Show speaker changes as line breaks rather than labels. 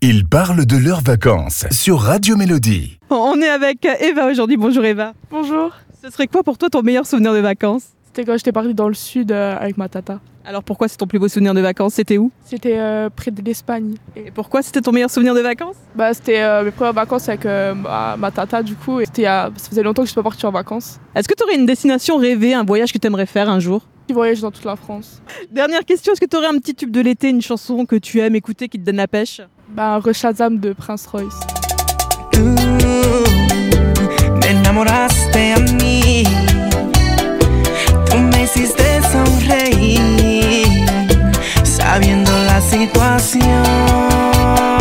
Ils parlent de leurs vacances sur Radio Mélodie.
On est avec Eva aujourd'hui. Bonjour Eva.
Bonjour.
Ce serait quoi pour toi ton meilleur souvenir de vacances
C'était quand j'étais partie dans le sud euh, avec ma tata.
Alors pourquoi c'est ton plus beau souvenir de vacances C'était où
C'était euh, près de l'Espagne.
Et pourquoi c'était ton meilleur souvenir de vacances
Bah, c'était euh, mes premières vacances avec euh, ma, ma tata du coup. Et c'était, il y a- ça faisait longtemps que je suis pas partie en vacances.
Est-ce que tu aurais une destination rêvée, un voyage que tu aimerais faire un jour
Petit voyage dans toute la France.
Dernière question, est-ce que tu aurais un petit tube de l'été, une chanson que tu aimes écouter qui te donne la pêche
Bah, Rush Azam de Prince Royce.
Tú me enamoraste a mí, tú me hiciste sonreír, sabiendo la situación.